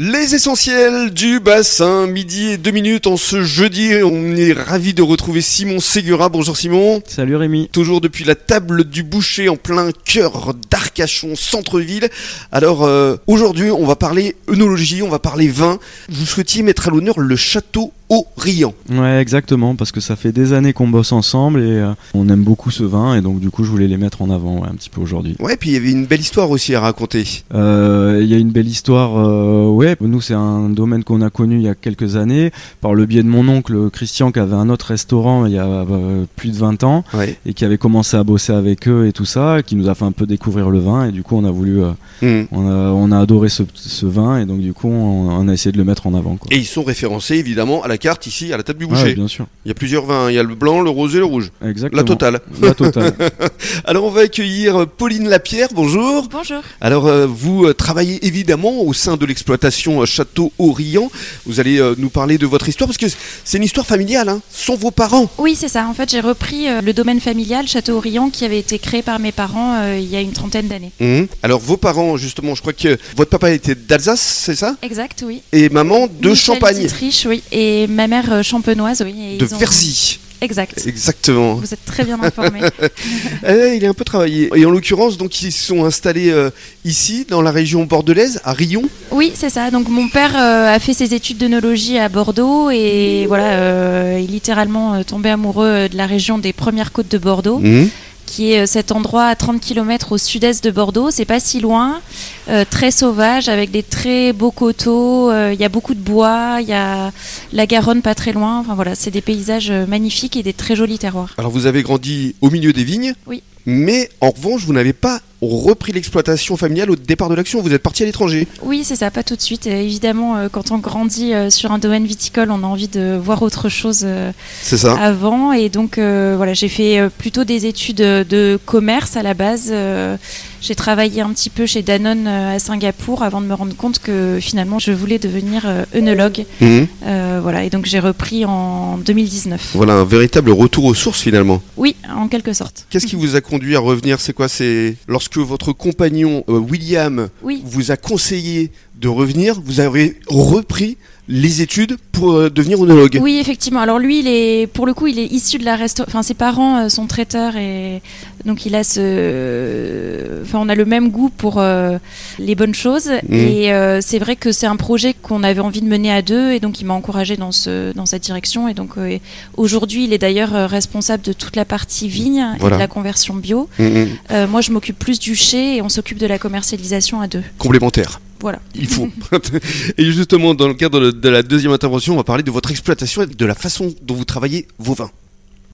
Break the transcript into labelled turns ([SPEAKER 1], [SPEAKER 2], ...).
[SPEAKER 1] Les essentiels du bassin, midi et deux minutes en ce jeudi. On est ravi de retrouver Simon Segura. Bonjour Simon.
[SPEAKER 2] Salut Rémi.
[SPEAKER 1] Toujours depuis la table du boucher en plein cœur d'Arcachon, centre-ville. Alors euh, aujourd'hui, on va parler œnologie, on va parler vin. Vous souhaitiez mettre à l'honneur le château Orient.
[SPEAKER 2] Ouais, exactement, parce que ça fait des années qu'on bosse ensemble et euh, on aime beaucoup ce vin et donc du coup je voulais les mettre en avant ouais, un petit peu aujourd'hui.
[SPEAKER 1] Ouais, puis il y avait une belle histoire aussi à raconter.
[SPEAKER 2] Euh, Il y a une belle histoire, euh, ouais, nous c'est un domaine qu'on a connu il y a quelques années par le biais de mon oncle Christian qui avait un autre restaurant il y a euh, plus de 20 ans
[SPEAKER 1] Ouais.
[SPEAKER 2] et qui avait commencé à bosser avec eux et tout ça, qui nous a fait un peu découvrir le vin et du coup on a voulu, euh,
[SPEAKER 1] Mm.
[SPEAKER 2] on, a, on a adoré ce, ce vin et donc du coup on, on a essayé de le mettre en avant. Quoi.
[SPEAKER 1] Et ils sont référencés évidemment à la carte ici, à la table du
[SPEAKER 2] Ouais,
[SPEAKER 1] boucher.
[SPEAKER 2] bien sûr,
[SPEAKER 1] il y a plusieurs vins, il y a le blanc, le rose et le rouge.
[SPEAKER 2] exactement.
[SPEAKER 1] La totale.
[SPEAKER 2] La totale.
[SPEAKER 1] Alors on va accueillir Pauline Lapierre, bonjour.
[SPEAKER 3] Bonjour.
[SPEAKER 1] Alors euh, vous euh, travaillez évidemment au sein de l'exploitation euh, Château Orient. Vous allez euh, nous parler de votre histoire parce que c'est une histoire familiale. Hein. Ce sont vos parents.
[SPEAKER 3] Oui, c'est ça. En fait, j'ai repris euh, le domaine familial Château-Orient qui avait été créé par mes parents euh, il y a une trentaine d'années.
[SPEAKER 1] Alors vos parents justement, je crois que votre papa était d'Alsace, c'est ça
[SPEAKER 3] Exact, oui.
[SPEAKER 1] Et maman de
[SPEAKER 3] Michel
[SPEAKER 1] Champagne,
[SPEAKER 3] d'Autriche, oui. Et ma mère euh, champenoise, oui. Et
[SPEAKER 1] de
[SPEAKER 3] ils ont-
[SPEAKER 1] Versy.
[SPEAKER 3] Exact.
[SPEAKER 1] Exactement.
[SPEAKER 3] Vous êtes très bien informés.
[SPEAKER 1] Eh, il est un peu travaillé. Et en l'occurrence, donc ils se sont installés euh, ici dans la région bordelaise, à Rion.
[SPEAKER 3] oui, c'est ça. Donc, mon père euh, a fait ses études d'œnologie à Bordeaux et voilà, euh, il est littéralement euh, tombé amoureux euh, de la région des premières côtes de Bordeaux.
[SPEAKER 1] Mmh.
[SPEAKER 3] qui est euh, cet endroit à 30 km au sud-est de Bordeaux. C'est pas si loin, euh, très sauvage, avec des très beaux coteaux. euh, Il y a beaucoup de bois, il y a la Garonne pas très loin. Enfin voilà, c'est des paysages euh, magnifiques et des très jolis terroirs.
[SPEAKER 1] Alors vous avez grandi au milieu des vignes.
[SPEAKER 3] Oui.
[SPEAKER 1] Mais en revanche, vous n'avez pas repris l'exploitation familiale au départ de l'action. Vous êtes parti à l'étranger.
[SPEAKER 3] Oui, c'est ça, pas tout de suite. Et évidemment, euh, quand on grandit euh, sur un domaine viticole, on a envie de voir autre chose euh,
[SPEAKER 1] C'est ça.
[SPEAKER 3] avant. Et donc euh, voilà, j'ai fait euh, plutôt des études euh, de commerce à la base. Euh, j'ai travaillé un petit peu chez Danone euh, à Singapour avant de me rendre compte que finalement je voulais devenir euh, œnologue.
[SPEAKER 1] Mhm.
[SPEAKER 3] Euh, voilà, et donc j'ai repris en 2019.
[SPEAKER 1] Voilà un véritable retour aux sources finalement.
[SPEAKER 3] Oui, en quelque sorte.
[SPEAKER 1] Qu'est-ce qui vous a conduit à revenir C'est quoi C'est lorsque votre compagnon euh, William
[SPEAKER 3] Oui,
[SPEAKER 1] vous a conseillé de revenir, vous avez repris les études pour euh, devenir onologue.
[SPEAKER 3] oui, effectivement. Alors lui, il est, pour le coup, il est issu de la restauration. Enfin, ses parents euh, sont traiteurs et donc il a ce. Enfin, on a le même goût pour euh, les bonnes choses.
[SPEAKER 1] Mm.
[SPEAKER 3] Et euh, c'est vrai que c'est un projet qu'on avait envie de mener à deux et donc il m'a encouragé dans ce dans cette direction. Et donc euh, et aujourd'hui, il est d'ailleurs euh, responsable de toute la partie vigne
[SPEAKER 1] Voilà.
[SPEAKER 3] et de la conversion bio.
[SPEAKER 1] Mhm.
[SPEAKER 3] Euh, moi, je m'occupe plus du chai et on s'occupe de la commercialisation à deux.
[SPEAKER 1] Complémentaire.
[SPEAKER 3] Voilà.
[SPEAKER 1] Il faut. et justement, dans le cadre de la deuxième intervention, on va parler de votre exploitation et de la façon dont vous travaillez vos vins.